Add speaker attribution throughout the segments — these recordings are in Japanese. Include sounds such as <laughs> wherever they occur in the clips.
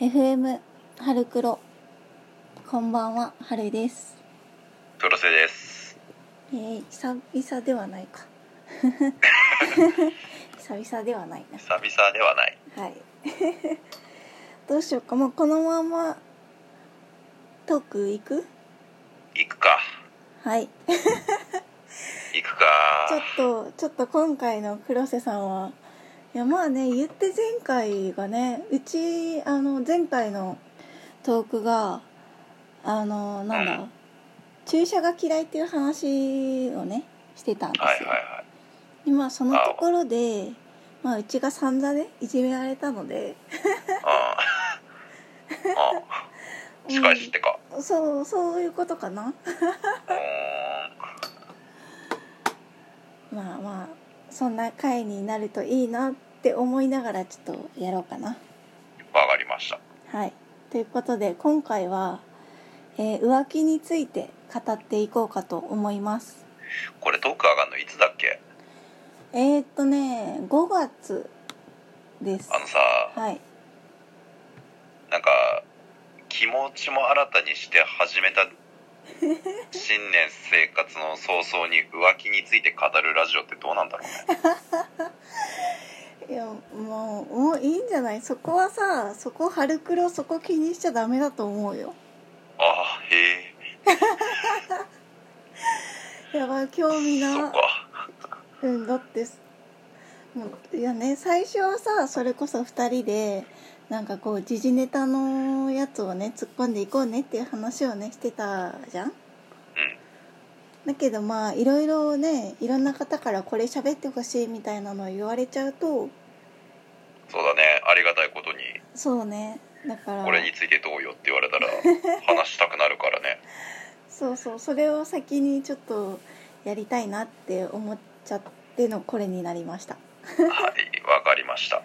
Speaker 1: FM 春黒こんばんは春です
Speaker 2: プロセです。
Speaker 1: えー、久々ではない <laughs> か久々ではない
Speaker 2: 久々ではない。
Speaker 1: なはい <laughs> どうしようかもうこのままトーク行く
Speaker 2: 行くか。
Speaker 1: はい
Speaker 2: 行く
Speaker 1: ちょ
Speaker 2: か
Speaker 1: っ。とちょっと今回の黒瀬さんはいやまあね言って前回がねうちあの前回のトークがあのなんだ、
Speaker 2: うん
Speaker 1: 注射が嫌いっていう話をねしてたんですよ、
Speaker 2: はいはいはい。
Speaker 1: でまあそのところでまあうちが散々ねいじめられたので
Speaker 2: ああ。
Speaker 1: <laughs>
Speaker 2: ああ。仕返しってか。
Speaker 1: そうそういうことかな
Speaker 2: うー。
Speaker 1: まあまあそんな回になるといいなって思いながらちょっとやろうかなん
Speaker 2: わかりました。
Speaker 1: はい、ということで今回は、えー浮気について語っていこうかと思います
Speaker 2: これトーク上がんのいつだっけ
Speaker 1: えー、っとね5月です
Speaker 2: あのさ、
Speaker 1: はい
Speaker 2: なんか、気持ちも新たにして始めた新年生活の早々に浮気について語るラジオってどうなんだろう
Speaker 1: い
Speaker 2: ね。
Speaker 1: やもうもういいんじゃないそこはさそこ春黒そこ気にしちゃダメだと思うよ
Speaker 2: ああ、へえ。
Speaker 1: やばい興味
Speaker 2: そ
Speaker 1: な
Speaker 2: っか。
Speaker 1: うんだってもういやね最初はさそれこそ2人でなんかこう時事ネタのやつをね突っ込んでいこうねっていう話をねしてたじゃん
Speaker 2: うん。
Speaker 1: だけどまあいろいろねいろんな方からこれ喋ってほしいみたいなのを言われちゃうと
Speaker 2: そうだね。ありがたいことに。
Speaker 1: そうねだから
Speaker 2: これについてどうよって言われたら話したくなるからね
Speaker 1: そうそうそれを先にちょっとやりたいなって思っちゃってのこれになりました
Speaker 2: はいわかりました
Speaker 1: は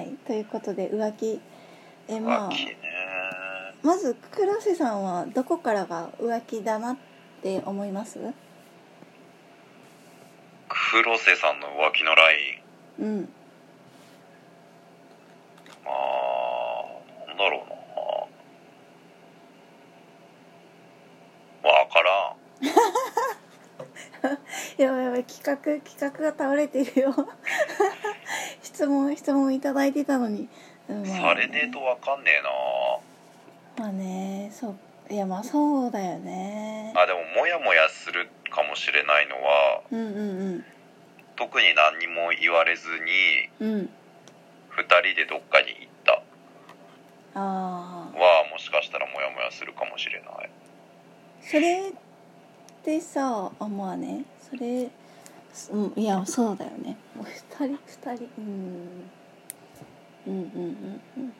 Speaker 1: いということで浮気えまあ
Speaker 2: 浮気ね
Speaker 1: まず黒瀬さんはどこからが浮気だなって思います
Speaker 2: 黒瀬さんの浮気のライン
Speaker 1: うん
Speaker 2: まあなんだろうなわからん
Speaker 1: やばいやばい企画企画が倒れてるよ <laughs> 質問質問いただいてたのに、うんまあ
Speaker 2: されねえとわかんねえ
Speaker 1: まあねそういやまあそうだよね
Speaker 2: なあでもモヤモヤするかもしれないのは
Speaker 1: うんうん
Speaker 2: 特に何にも言われずに
Speaker 1: うんうん
Speaker 2: 2人でどっかに行った
Speaker 1: ああ
Speaker 2: はもしかしたらモヤモヤするかもしれない
Speaker 1: それってさあまあねそれすうんいやそうだよねもう二人二人うんうんうんうん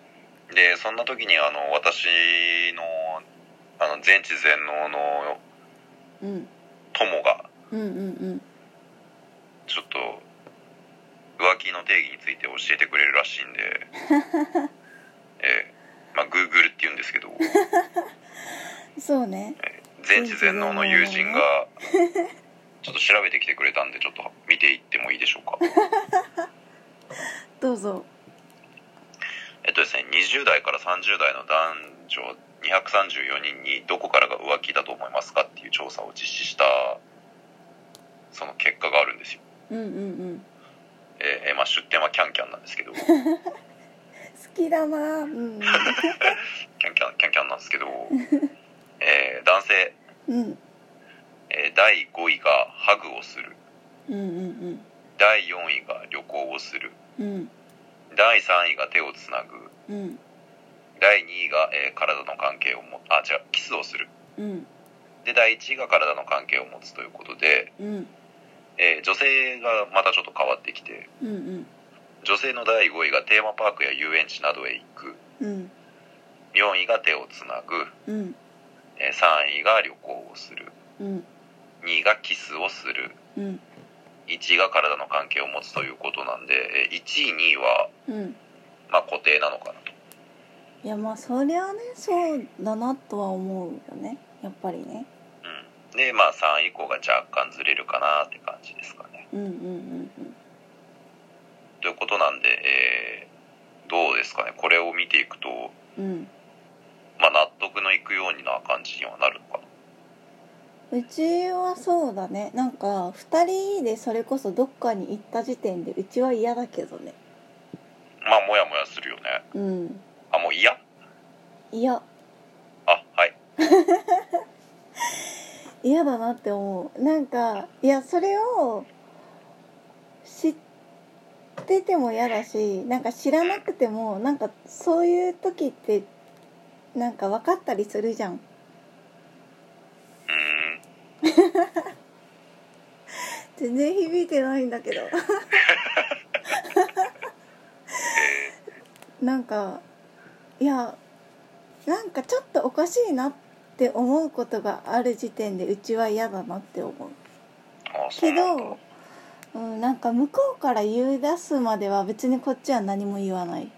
Speaker 2: でそんな時にあの私のあの全知全能の
Speaker 1: うんうん
Speaker 2: 友が
Speaker 1: うんうん
Speaker 2: ちょっと浮気の定義について教えてくれるらしいんでええまあグーグルって言うんですけど
Speaker 1: うんそうね
Speaker 2: 全知全能の友人がちょっと調べてきてくれたんでちょっと見ていってもいいでしょうか
Speaker 1: どうぞ
Speaker 2: えっとですね20代から30代の男女234人にどこからが浮気だと思いますかっていう調査を実施したその結果があるんですよ
Speaker 1: うんうんうん
Speaker 2: えーえーまあ、出店はキャンキャンなんですけどキャン
Speaker 1: 好きだなうん
Speaker 2: キャンキャンキャンなんですけど、えー男性、
Speaker 1: うん
Speaker 2: えー第5位がハグをする
Speaker 1: うんうん
Speaker 2: 第4位が旅行をする
Speaker 1: うんうん
Speaker 2: 第3位が手をつなぐ
Speaker 1: うん
Speaker 2: 第2位が、えー体の関係をもあ違うキスをする
Speaker 1: うん
Speaker 2: で第1位が体の関係を持つということで、
Speaker 1: うん
Speaker 2: えー女性がまたちょっと変わってきて
Speaker 1: うんうん
Speaker 2: 女性の第5位がテーマパークや遊園地などへ行く
Speaker 1: うん
Speaker 2: 4位が手をつなぐ、
Speaker 1: うん
Speaker 2: えー3位が旅行をする
Speaker 1: うん
Speaker 2: 2位がキスをする
Speaker 1: うん
Speaker 2: 1位が体の関係を持つということなんでえー1位2位は、
Speaker 1: うん
Speaker 2: まあ、固定なのかなと
Speaker 1: いやまあそりゃねそうだなとは思うよねやっぱりね
Speaker 2: うんでまあ3位以降が若干ずれるかなって感じですかね
Speaker 1: うんうんうん
Speaker 2: ということなんで、えーどうですかねこれを見ていくと
Speaker 1: うん
Speaker 2: まあ、納得のいくようにな感じにはなるのかな
Speaker 1: うちはそうだねなんか2人でそれこそどっかに行った時点でうちは嫌だけどね
Speaker 2: まあモヤモヤするよね
Speaker 1: うん
Speaker 2: あもう嫌
Speaker 1: 嫌
Speaker 2: あはい
Speaker 1: 嫌だなって思うなんかいやそれを知ってても嫌だしなんか知らなくてもなんかそういう時ってなんか分かったりするじゃん
Speaker 2: うーん
Speaker 1: 全然響いてないんだけどなんかいやなんかちょっとおかしいなって思うことがある時点でうちは嫌だなって思う
Speaker 2: あそう
Speaker 1: け
Speaker 2: なんだ
Speaker 1: ど、うん、なんか向こうから言い出すまでは別にこっちは何も言わない、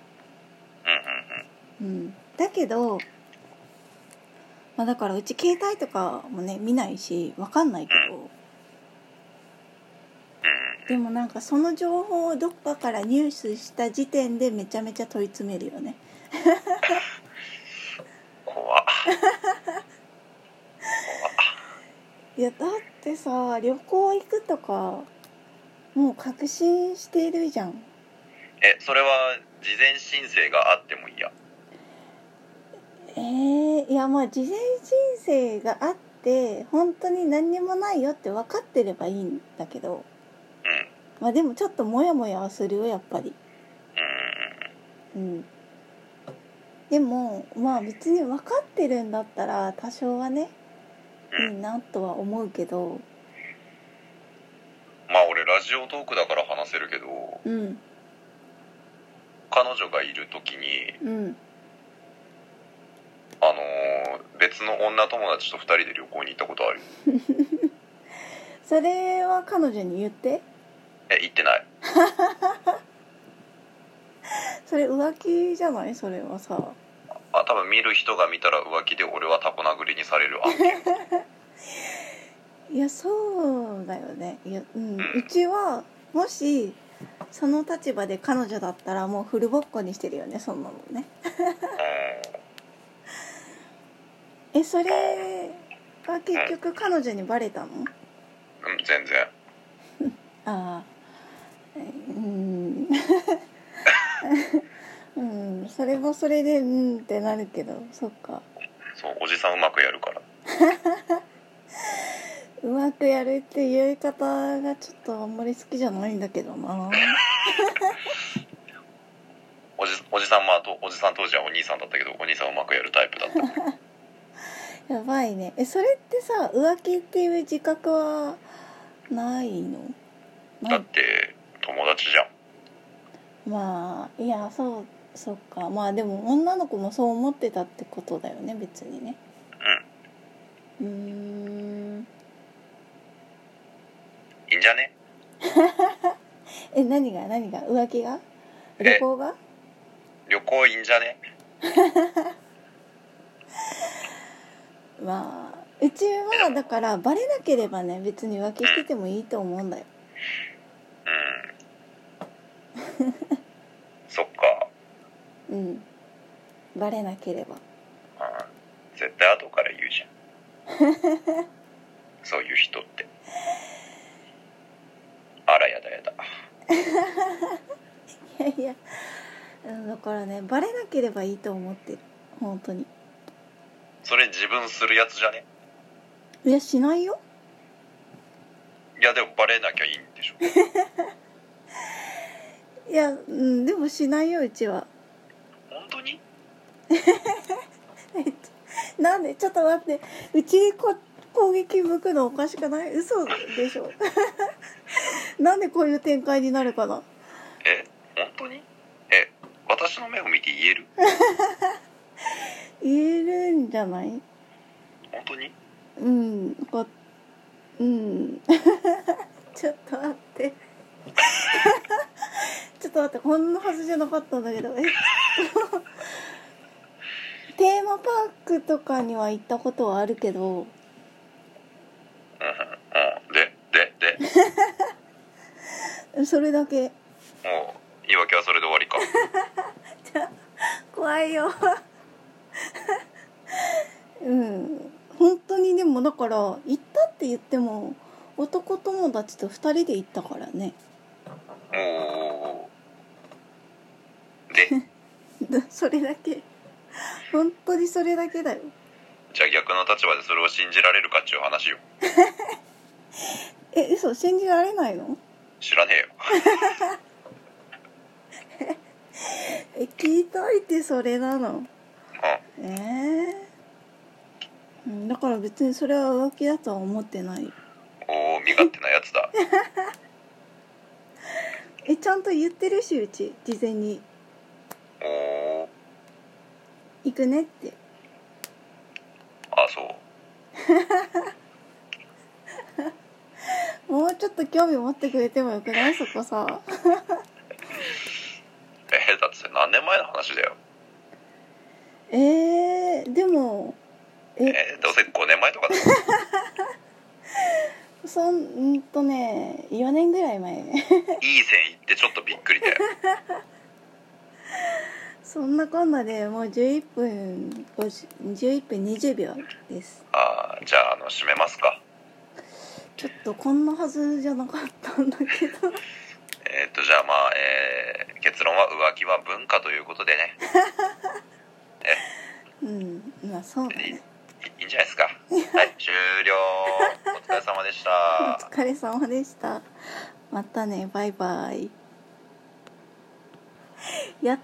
Speaker 2: うんうんうん
Speaker 1: うん、だけど、まあ、だからうち携帯とかもね見ないしわかんないけど、でもなんかその情報をどっかから入手した時点でめちゃめちゃ問い詰めるよね
Speaker 2: 怖っ
Speaker 1: いやだってさ旅行行くとかもう確信しているじゃん
Speaker 2: えそれは事前申請があっても嫌
Speaker 1: えー、いやまあ事前申請があって本当に何にもないよって分かってればいいんだけど
Speaker 2: うんうん
Speaker 1: まあでもちょっとモヤモヤはするよやっぱりうんでもまあ別に分かってるんだったら多少はね
Speaker 2: うんうん
Speaker 1: いいなとは思うけど
Speaker 2: まあ俺ラジオトークだから話せるけど
Speaker 1: うん
Speaker 2: 彼女がいる時に
Speaker 1: うん
Speaker 2: あのー別の女友達と2人で旅行に行ったことある
Speaker 1: それは彼女に言って
Speaker 2: え行ってない
Speaker 1: それ浮気じゃないそれはさ
Speaker 2: あ多分見る人が見たら浮気で俺はタコ殴りにされる案件
Speaker 1: いやそうだよねいや、うん、
Speaker 2: ん
Speaker 1: うちはもしその立場で彼女だったらもうフルボッコにしてるよねそんなのね
Speaker 2: う
Speaker 1: えそれは結局彼女にバレたの
Speaker 2: んうん全然
Speaker 1: ああうんうんそれもそれでうんってなるけどそっか
Speaker 2: そうおじさんうまくやるから
Speaker 1: うまくやるっていう言い方がちょっとあんまり好きじゃないんだけどな
Speaker 2: おじおじさんもあとおじさん当時はお兄さんだったけどお兄さんうまくやるタイプだった
Speaker 1: やばいねえそれってさ浮気っていう自覚はないのな
Speaker 2: だ
Speaker 1: い
Speaker 2: って友達じゃん
Speaker 1: まあいやそうそっかまあでも女の子もそう思ってたってことだよね別にねうーん
Speaker 2: いいんじゃね
Speaker 1: え何が何が浮気が
Speaker 2: え
Speaker 1: 旅行が
Speaker 2: 旅行いいんじゃね
Speaker 1: まあうちはだからバレなければね別に浮気しててもいいと思うんだよ
Speaker 2: うんそっか、
Speaker 1: うんバレなければ
Speaker 2: うん、絶対後から言うじ <laughs> ゃんそういう人ってあらやだやだ
Speaker 1: いやいやうんだからねバレなければいいと思ってる本当に
Speaker 2: それ自分するやつじゃね
Speaker 1: いやしないよ
Speaker 2: いやでもバレなきゃいいんで <laughs> しょ
Speaker 1: いや、うん、でもしないようちは <laughs>
Speaker 2: 本当に
Speaker 1: なんでちょっと待ってうちこ攻撃向くのおかしくない嘘でしょ <laughs> なんでこういう展開になるかな
Speaker 2: え本当にえ私の目を見て言える
Speaker 1: 言えるんじゃない
Speaker 2: 本当に
Speaker 1: うんこうん <laughs> ちょっと待って <laughs> ちょっと待ってこんなはずじゃなかったんだけどえ <laughs> テーマパークとかには行ったことはあるけど
Speaker 2: うんうんうんでで <laughs> で
Speaker 1: それだけ
Speaker 2: もう言い訳はそれで終わりか
Speaker 1: 怖いよ <laughs> うん本当にでもだから行ったって言っても男友達と2人で行ったからね
Speaker 2: おおーで
Speaker 1: だ <laughs> それだけ本当にそれだけだよ
Speaker 2: じゃあ逆の立場でそれを信じられるかっちゅう話よ
Speaker 1: え嘘信じられないの
Speaker 2: 知らねえよ
Speaker 1: え聞いといてそれなの
Speaker 2: う
Speaker 1: ええうんだから別にそれは浮気だとは思ってない
Speaker 2: んおお身勝手なやつだ
Speaker 1: えちゃんと言ってるしうち事前に
Speaker 2: おお
Speaker 1: 行くねって
Speaker 2: あそう
Speaker 1: もうちょっと興味持ってくれてもよくないそこさ
Speaker 2: えー、だってそれ何年前の話だよ
Speaker 1: えー、でもえ
Speaker 2: えー、どうせ5年前とかだよ <laughs>
Speaker 1: そんうんとね4年ぐらい前ね
Speaker 2: いい線いってちょっとびっくりだよ
Speaker 1: そんなこんなでもう11分50 11分20秒です
Speaker 2: あーじゃああの締めますか
Speaker 1: ちょっとこんなはずじゃなかったんだけ <laughs> ど
Speaker 2: えーっとじゃあまあ、えー結論は浮気は文化ということでね
Speaker 1: うんまあそうだね
Speaker 2: いいいんじゃないですかはい終了お疲れ様でした
Speaker 1: お疲れ様で <laughs> したまたねバイバイやっ